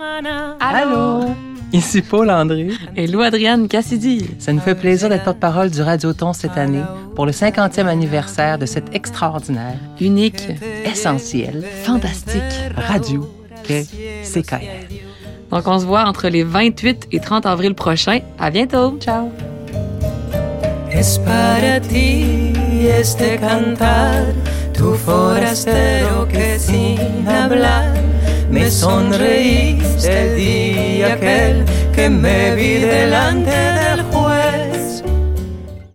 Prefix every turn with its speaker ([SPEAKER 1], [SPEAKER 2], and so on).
[SPEAKER 1] Ah,
[SPEAKER 2] Allô,
[SPEAKER 3] ici Paul André.
[SPEAKER 2] Hello Adriane Cassidy.
[SPEAKER 3] Ça nous fait plaisir d'être porte-parole du Radioton cette année pour le 50e anniversaire de cette extraordinaire,
[SPEAKER 2] Unique,
[SPEAKER 3] essentielle
[SPEAKER 2] fantastique.
[SPEAKER 3] radio qu'est CKR.
[SPEAKER 2] Donc on se voit entre les 28 et 30 avril prochain. À bientôt.
[SPEAKER 3] Ciao!
[SPEAKER 1] Es para ti este cantar, tu forastero que sin hablar me sonreíste el día aquel que me vi delante del